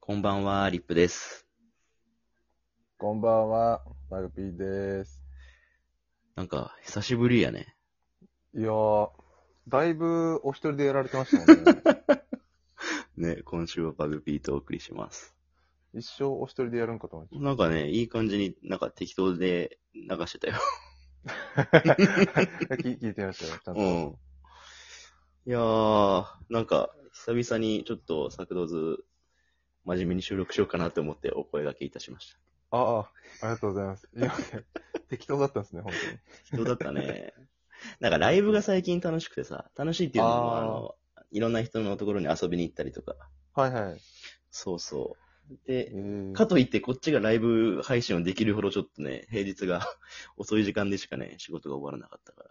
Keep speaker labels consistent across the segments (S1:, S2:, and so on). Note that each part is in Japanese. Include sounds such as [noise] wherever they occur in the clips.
S1: こんばんは、リップです。
S2: こんばんは、マグピーです。
S1: なんか、久しぶりやね。
S2: いやー、だいぶお一人でやられてましたもん [laughs] ね。
S1: ね、今週はバグピーとお送りします。
S2: 一生お一人でやるんかと思 [laughs] って
S1: なんかね、いい感じになんか適当で流してたよ。
S2: 聞聞いてましたよ、ちゃん
S1: [laughs] う
S2: と。
S1: ん。いやー、なんか、久々にちょっと作動図、真面目に収録しようかなと思ってお声掛けいたしました。
S2: ああ、ありがとうございます。いや、適当だったんですね、本当に。
S1: 適当だった [laughs] ね。なんかライブが最近楽しくてさ、楽しいっていうのも、あ
S2: あー
S1: の、いろんな人のところに遊びに行ったりとか。
S2: はいはい。
S1: そうそう。で
S2: え、ー
S1: かといって、こっちがライブ配信をできるほどちょっとね、平日が [laughs] 遅い時間でしかね、仕事が終わらなかったから。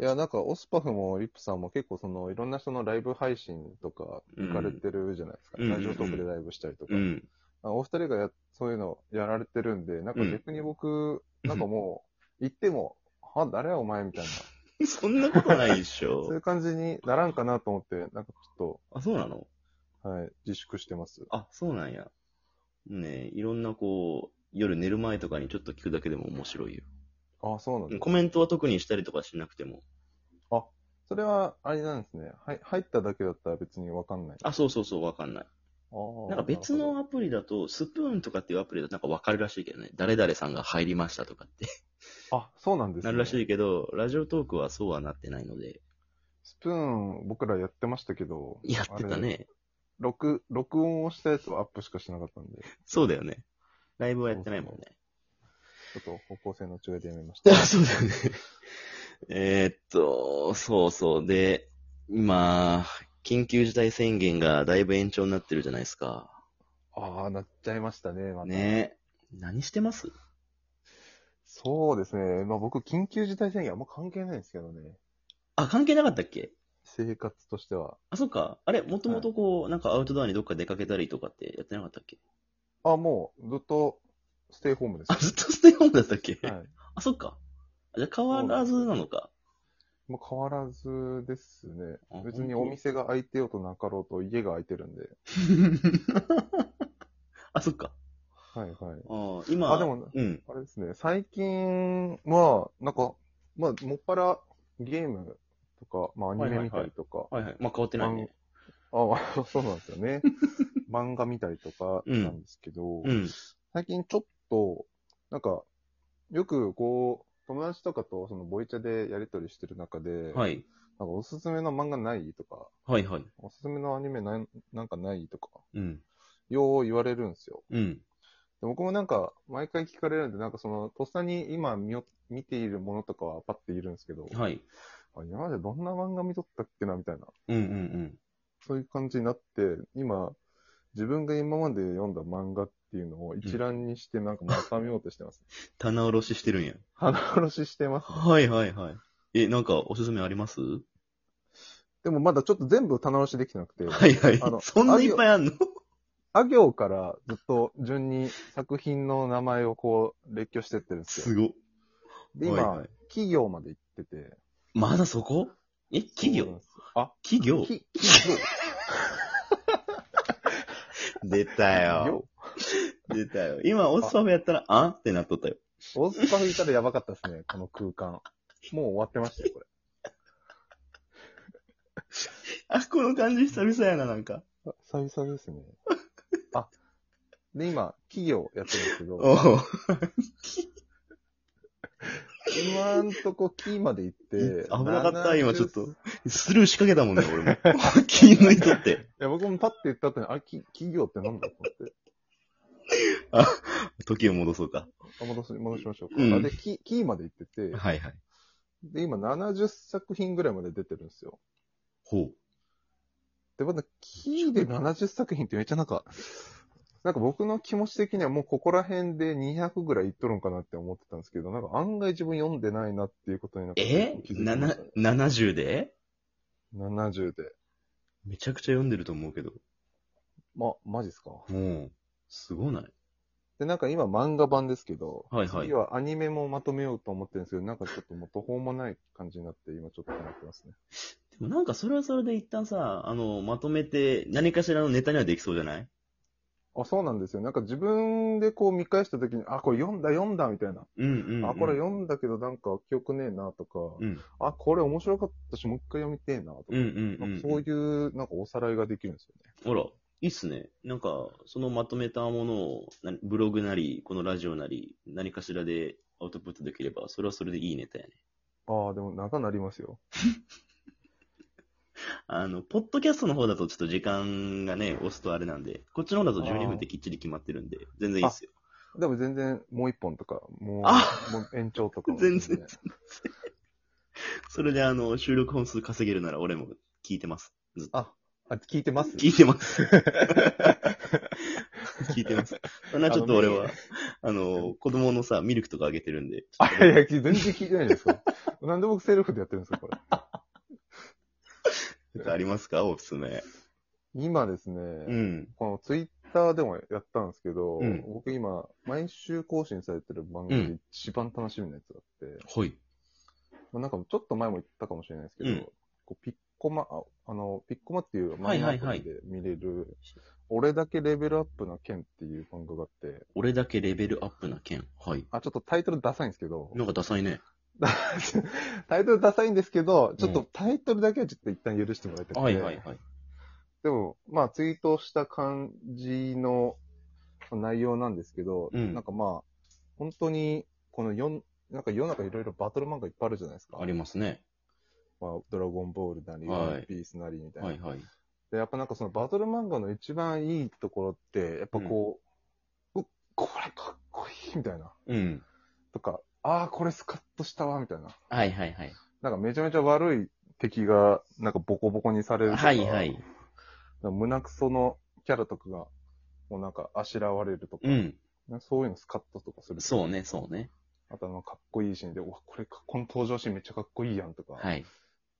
S2: いや、なんか、オスパフもリップさんも結構、その、いろんな人のライブ配信とか、行かれてるじゃないですか。
S1: うん
S2: ラジオトークでライブしたりとか。
S1: うん。
S2: あお二人がやそういうのやられてるんで、なんか逆に僕、
S1: うん
S2: なんかもう、行っても、は、誰やお前みたいな、
S1: そんなことないでし
S2: そうい
S1: ょ
S2: う。 [laughs] 感じにならんかなと思って、なんかちょ
S1: あ、そうなの
S2: っと、はい、自粛してます。
S1: あ、そうなんや。ねいろんなこう、夜寝る前とかにちょっと聞くだけでも面白いよ。
S2: あ、そうなんだ。
S1: コメントは特にしたりとかしなくても。
S2: それは、あれなんですね。はい、入っただけだったら別にわかんない。
S1: あ、そうそうそう、わかんない。
S2: あー
S1: なんか別
S2: なる
S1: のアプリだと、スプーンとかっていうアプリだとなんかわかるらしいけどね。誰々さんが入りましたとかって
S2: ほどあ、そうなんです、ね、
S1: なるらしいけど、ラジオトークはそうはなってないので、
S2: スプーン、僕らやってましたけど、
S1: やってた
S2: あれ。
S1: ね。
S2: 録、録音をしたやつはアップしかしてなかったんで、
S1: そうだよね。ライブはやってないもんね。
S2: ちょっと方向性の違いでやめまし
S1: [laughs] あ
S2: た。
S1: そうだよね。えーっと、そうそう。で、今、緊急事態宣言がだいぶ延長になってるじゃないですか。
S2: ああ、なっちゃいましたね、また。
S1: ね何してます
S2: そうですね。まあ僕、緊急事態宣言あんま関係ないんですけどね。
S1: あ、関係なかったっけ
S2: 生活としては。
S1: あ、そっか。あれ、もともとこう、なんかアウトドアにどっか出かけたりとかってやってなかったっけ
S2: あ、もう、ずっと、ステイホームで
S1: あ、ずっ
S2: す。
S1: とステイホームだったっけ、
S2: はい。
S1: あ、そっか。じゃあ変わらずなのか。
S2: もう変わらずですね
S1: あ。
S2: 別にお店が開いてようとなかろうと家が開いてるんで。
S1: [laughs] あ、そっか。
S2: はいはい。
S1: あー今、
S2: あでも
S1: うん。
S2: あれですね。最近は、なんか、まあ、もっぱらゲームとか、まあアニメ見たりとか。
S1: はいはい。まあ変わってないね。
S2: あ、 [laughs] まあそうなんですよね。
S1: [laughs]
S2: 漫画見たりとかなんですけ
S1: う
S2: ど。
S1: ん。
S2: 最近ちょっと、なんか、よくこう、友達とかとそのボイチャでやりとりしてる中で、
S1: はい。
S2: なんかおすすめの漫画ないとか、
S1: はいはい。
S2: おすすめのアニメなんなんかないとか、
S1: うん。
S2: よう言われるんですよ。
S1: うん。
S2: で僕もなんか、毎回聞かれるんで、なんかその、とっさに今見よ見ているものとかはパッているんですけど、
S1: はい。
S2: あ今までどんな漫画見とったっけなみたいな、
S1: うんうん
S2: そういう感じになって、今、自分が今まで読んだ漫画っていうのを一覧にしてなんかまとめようとしてます。
S1: 棚卸ししてるんや。
S2: 鼻卸ししてます。
S1: はいはいはい。え、なんかおすすめあります
S2: でもまだちょっと全部棚卸しできてなくて、
S1: はいはい
S2: あ。の
S1: そんないっぱいあんの
S2: あ行からずっと順に作品の名前をこう列挙してってるんです
S1: す
S2: よ。
S1: ごっ。
S2: で、今、
S1: はいはい
S2: 企業まで行ってて。
S1: まだそこえ、企
S2: そうなん
S1: 業
S2: ですあ、
S1: 企業
S2: き企
S1: 出たよ。
S2: 業
S1: 出たよ。今、オスファフやったら、あってなっとったよ。
S2: オスパフいたらやばかったですね、 [laughs] この空間。もう終わってましたよ、こ
S1: あ、この感じ久々やな、なんか。
S2: れ。あ久々ですね。あ、で、今、企業やってるんですけど、
S1: おう
S2: 今んとこキーまで行って、
S1: 危なかった、
S2: 70
S1: 今ちょっと。スルー仕掛けたもんね、俺も。 [laughs] 気抜いとって。
S2: いや、僕もパッて言った後に、あ、き企業ってなんだと思って。
S1: 時を戻そうか。
S2: あ戻し、戻しましょうか。
S1: うん
S2: あで、キー、キーまで行ってて、
S1: はいはい。
S2: で、今70作品ぐらいまで出てるんですよ。
S1: ほう。
S2: で、まだキーで70作品ってめっちゃなんか、なんか僕の気持ち的にはもうここら辺で200ぐらいいっとるんかなって思ってたんですけど、なんか案外自分読んでないなっていうことになんか
S1: え
S2: 気づきま
S1: な
S2: したね、
S1: 70で
S2: ?70 で。
S1: めちゃくちゃ読んでると思うけど。
S2: ま、マジっすか。
S1: うん。すごない。
S2: で、なんか今漫画版ですけど、
S1: はいはい
S2: 次はアニメもまとめようと思ってるんですけど、なんかちょっともう途方もない感じになって、今ちょっと困ってますね。
S1: でもなんかそれはそれで一旦さ、あの、まとめて何かしらのネタにはできそうじゃない
S2: あ、そうなんですよ。なんか自分でこう見返した時に、あ、これ読んだ読んだみたいな。
S1: うんうん、うん。
S2: あ、これ読んだけどなんか記憶ねえなとか、
S1: うん
S2: あ、これ面白かったし、もう一回読みてえなとか、
S1: うんうんう
S2: なん
S1: ん。
S2: かそういうなんかおさらいができるんですよね。
S1: ほら、いいっすね。なんか、そのまとめたものを、なブログなり、このラジオなり、何かしらでアウトプットできれば、それはそれでいいネタやね。
S2: ああ、でも長なりますよ。
S1: あの、ポッドキャストの方だとちょっと時間がね、押すとあれなんで、こっちの方だと12分ってきっちり決まってるんで、全然いいっすよ。
S2: でも全然もう一本とか、も
S1: あ
S2: うもう延長とかも
S1: 全然。それであの、収録本数稼げるなら俺も聞いてます。
S2: あ、聞いてます
S1: 聞いて [laughs] ます。聞いてます。そんなちょっと俺は、あの、子供のさ、ミルクとかあげてるんで、
S2: あ、いやいや、全然聞いてないじゃないですか。 [laughs] なんで僕セルフでやってるんですか、これ。
S1: ちょっとありますかおすすめ。
S2: 今ですね、
S1: うん。
S2: このツイッターでもやったんですけど、
S1: うん
S2: 僕今、毎週更新されてる番組で一番楽しみなやつがあって、
S1: ほい。
S2: まあ、なんかちょっと前も言ったかもしれないですけど、
S1: うん
S2: こうピッコマ、ああの、ピッコマっていう
S1: は
S2: マ
S1: い
S2: イ
S1: は
S2: ナ
S1: い
S2: ー
S1: はい
S2: で見れる、俺だけレベルアップな剣っていう漫画があって、
S1: 俺だけレベルアップな件。はい。
S2: あ、ちょっとタイトルダサいんですけど、
S1: なんかダサいね。
S2: [laughs] タイトルダサいんですけど、ちょっ
S1: う
S2: とタイトルだけはちょっと一旦許してもらいたくて、
S1: はいはいはい。
S2: でも、まあ、ツイートした感じの内容なんですけど、
S1: うん
S2: なんかまあ、本当に、この世、なんか世の中いろいろバトル漫画いっぱいあるじゃないですか。
S1: ありますね。
S2: まあ、ドラゴンボールなり、
S1: はい
S2: ワンピースなりみたいな、
S1: はいはい。
S2: で、やっぱなんかそのバトル漫画の一番いいところって、やっぱこう、うこれかっこいいみたいな。
S1: うん。
S2: とか、ああ、これスカッとしたわ、みたいな。
S1: はいはいはい。
S2: なんかめちゃめちゃ悪い敵が、なんかボコボコにされるとか。
S1: はいはい。
S2: なんか胸クソのキャラとかが、もうなんかあしらわれるとか、
S1: うん。
S2: なんかそういうのスカッととかするとか
S1: そうね、そうね。
S2: あとあの、かっこいいシーンで、うわ、これか、この登場シーンめっちゃかっこいいやんとか、
S1: はい。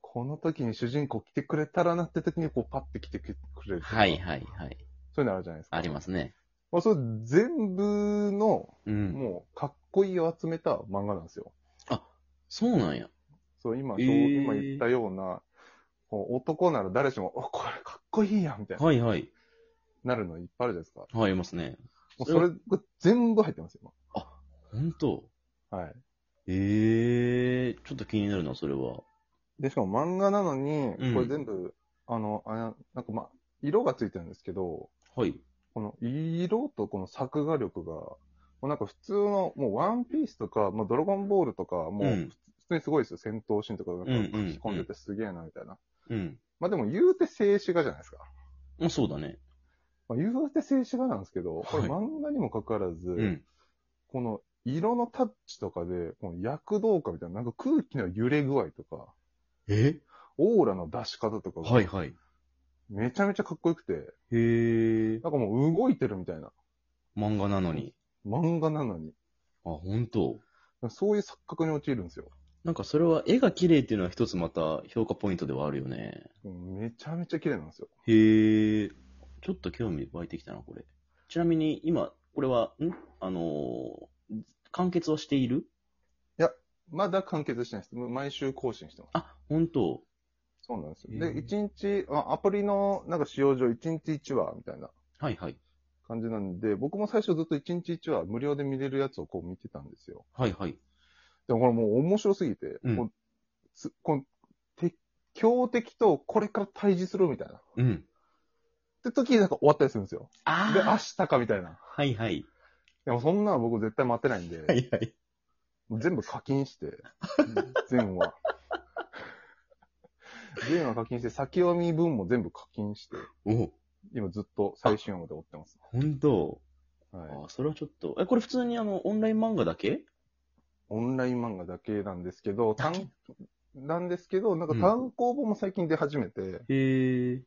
S2: この時に主人公来てくれたらなって時に、こうパッて来てくれるとか、
S1: はいはいはい。
S2: そういうのあるじゃないですか。
S1: ありますね。
S2: まあ、それ全部の、
S1: うん。
S2: もう、かっこいいを集めた漫画なんですよ。
S1: そうなんや。
S2: そう、今、
S1: えー
S2: そう今言ったような、こう男なら誰しも、お、これかっこいいやんみたいな、
S1: はいはい。
S2: なるのいっぱいあるじゃないですか。
S1: はい、ありますね。
S2: もうそれが全部入ってますよ、
S1: ほんと。
S2: 今。はい。
S1: ええー、ちょっと気になるな、それは。
S2: で、しかも漫画なのに
S1: うん、
S2: これ全部、あの、あれなんかまあ、色がついてるんですけど、
S1: はい。
S2: この色とこの作画力が、もうなんか普通の、もうワンピースとか、まあ、ドラゴンボールとか、もう
S1: う
S2: 普
S1: ん
S2: 通にすごいですよ。戦闘シーンとかなんか
S1: うん
S2: 書き込んでてすげえな、みたいな。
S1: うん。
S2: まあでも言うて静止画じゃないですか。
S1: まあ、そうだね。
S2: まあ、言うて静止画なんですけど、こ
S1: はい
S2: れ漫画にもかかわらず、
S1: うん。
S2: この色のタッチとかで、この躍動感みたいな、なんか空気の揺れ具合とか、
S1: え
S2: オーラの出し方とか
S1: は
S2: が
S1: い、はい。
S2: めちゃめちゃかっこよくて、
S1: へえ。
S2: なんかもう動いてるみたいな。
S1: 漫画なのに。
S2: 漫画なのに。
S1: あ、ほんと。
S2: そういう錯覚に陥るんですよ。
S1: なんかそれは絵が綺麗っていうのは一つまた評価ポイントではあるよね。
S2: うんめちゃめちゃ綺麗なんですよ。
S1: へえ。ちょっと興味湧いてきたな、これ。ちなみに、今、これは、んあのー完結はしている
S2: まだ完結してないです。毎週更新してます。
S1: あ、本当
S2: そうなんですよ。
S1: へ
S2: で、
S1: ー
S2: 一日、あアプリのなんか使用上一日一話みたいな
S1: はいはい。
S2: 感じなんで、僕も最初ずっと一日一話無料で見れるやつをこう見てたんですよ。
S1: はいはい。
S2: でもこれもう面白すぎて、
S1: うん
S2: こうつこのて強敵とこれから対峙するみたいな。っ
S1: うん。
S2: て時になんか終わったりするんですよ。
S1: あ
S2: で、明日かみたいな。
S1: はいはい。
S2: でもそんなの僕絶対待ってないんで。
S1: はいはい。
S2: 全部課金
S1: [laughs]
S2: して、全話。全話課金して、先読み分も全部課金して、
S1: お、
S2: 今ずっと最新話まで追ってます。
S1: 本当
S2: はい、
S1: あ、それはちょっと。え、これ普通にあの、オンライン漫画だけ
S2: オンライン漫画だけなんですけど、
S1: だけ
S2: 単なんですけど、なんか
S1: うん
S2: 単行本も最近出始めて、
S1: へえ。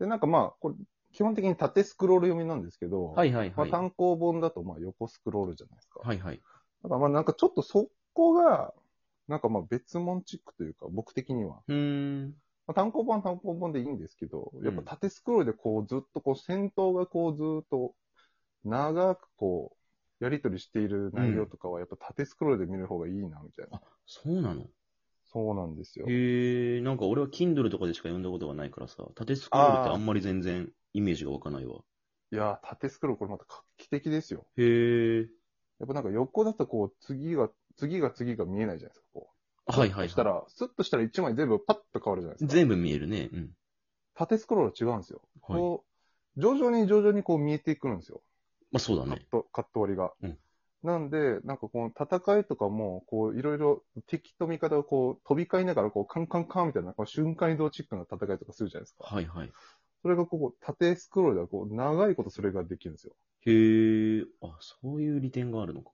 S2: で、なんかまあ、これ、基本的に縦スクロール読みなんですけど、
S1: はいはい
S2: まあ、
S1: はい。
S2: 単行本だとまあ横スクロールじゃないですか。
S1: はいはい。
S2: だからまあなんかちょっとそこが、なんかまあ別物チックというか、僕的には。
S1: うーん。
S2: まあ、単行本は単行本でいいんですけど、やっ
S1: うん
S2: ぱ縦スクロールでこうずっとこう戦闘がこうずっと長くこうやり取りしている内容とかはやっぱ縦スクロールで見る方がいいなみたいな。
S1: あそうなの
S2: そうなんですよ。
S1: へえ、なんか俺は Kindle とかでしか読んだことがないからさ、縦スクロールってあんまり全然イメージが湧かないわ。
S2: いやー、縦スクロールこれまた画期的ですよ。
S1: へえ。
S2: やっぱなんか横だとこう、次が、次が次が見えないじゃないですか、こう。
S1: はいはい
S2: そした
S1: は
S2: ら、スッとしたら1枚全部パッと変わるじゃない
S1: い。
S2: ですか。
S1: 全部見えるね。うん。
S2: 縦スクロールは違うんですよ。
S1: はい。
S2: こう、徐々に徐々にこう見えていくんですよ。
S1: まあそうだ
S2: カッ
S1: ね。
S2: ト、カット割りが。
S1: うん
S2: なんで、なんかこの戦いとかも、こう、いろいろ敵と味方をこう、飛び交いながら、こう、カンカンカンみたいな、こう瞬間移動チックな戦いとかするじゃないですか。
S1: はいはい。
S2: それがここ、縦スクロールでは、こう、長いことそれができるんですよ。
S1: へえ。あ、そういう利点があるのか。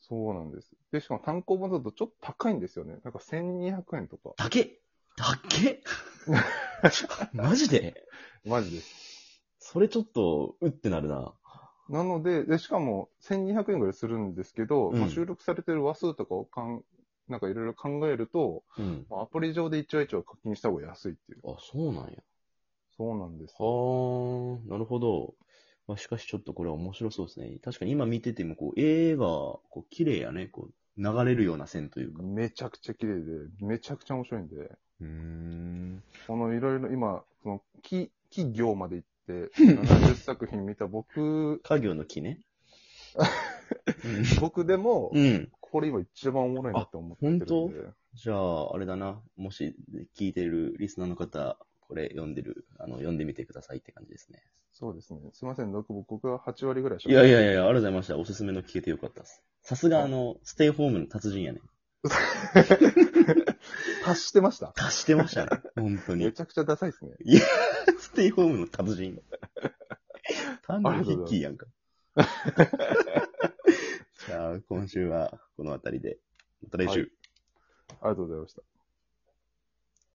S2: そうなんです。で、しかも単行本だとちょっと高いんですよね。なんか1200円とか。
S1: だけだ [laughs] けマジで
S2: マジです。
S1: それちょっと、うってなるな。
S2: なので、で、しかも1200円ぐらいするんですけど、
S1: うん
S2: まあ、収録されてる話数とかをかん、なんかいろいろ考えると、
S1: うん。
S2: まあアプリ上で一話一話課金した方が安いっていう。
S1: あ、そうなんや。
S2: そうなんです。
S1: はあ、なるほど。まあ、しかしちょっとこれは面白そうですね。確かに今見てても、こう、絵が、こう、綺麗やね。こう、流れるような線というか。
S2: めちゃくちゃ綺麗で、めちゃくちゃ面白いんで、
S1: うん。
S2: このいろいろ今、その、企、企業まで行って、70作品見た僕、
S1: 家業の木ね。
S2: 僕でも
S1: う、ん。
S2: これ今一番おもろいなって思ってるんで。
S1: あ本じゃあ、あれだな。もし、聞いてるリスナーの方、これ読んでる、あの、読んでみてくださいって感じですね。
S2: そうですね。すいません、僕僕は8割ぐらいし
S1: いやいやいや、ありがとうございました。おすすめの聞けてよかったです。さすが、あの、ステイホームの達人やね。
S2: 達してました。
S1: 達してましたね。 [laughs] 本当
S2: め
S1: に。
S2: ちゃくちゃダサいですね。
S1: [laughs] ステイホームの達人。単なるヒッキーやんか。 [laughs] じゃあ、今週はこの辺りで。また来週。
S2: はいありがとうございました。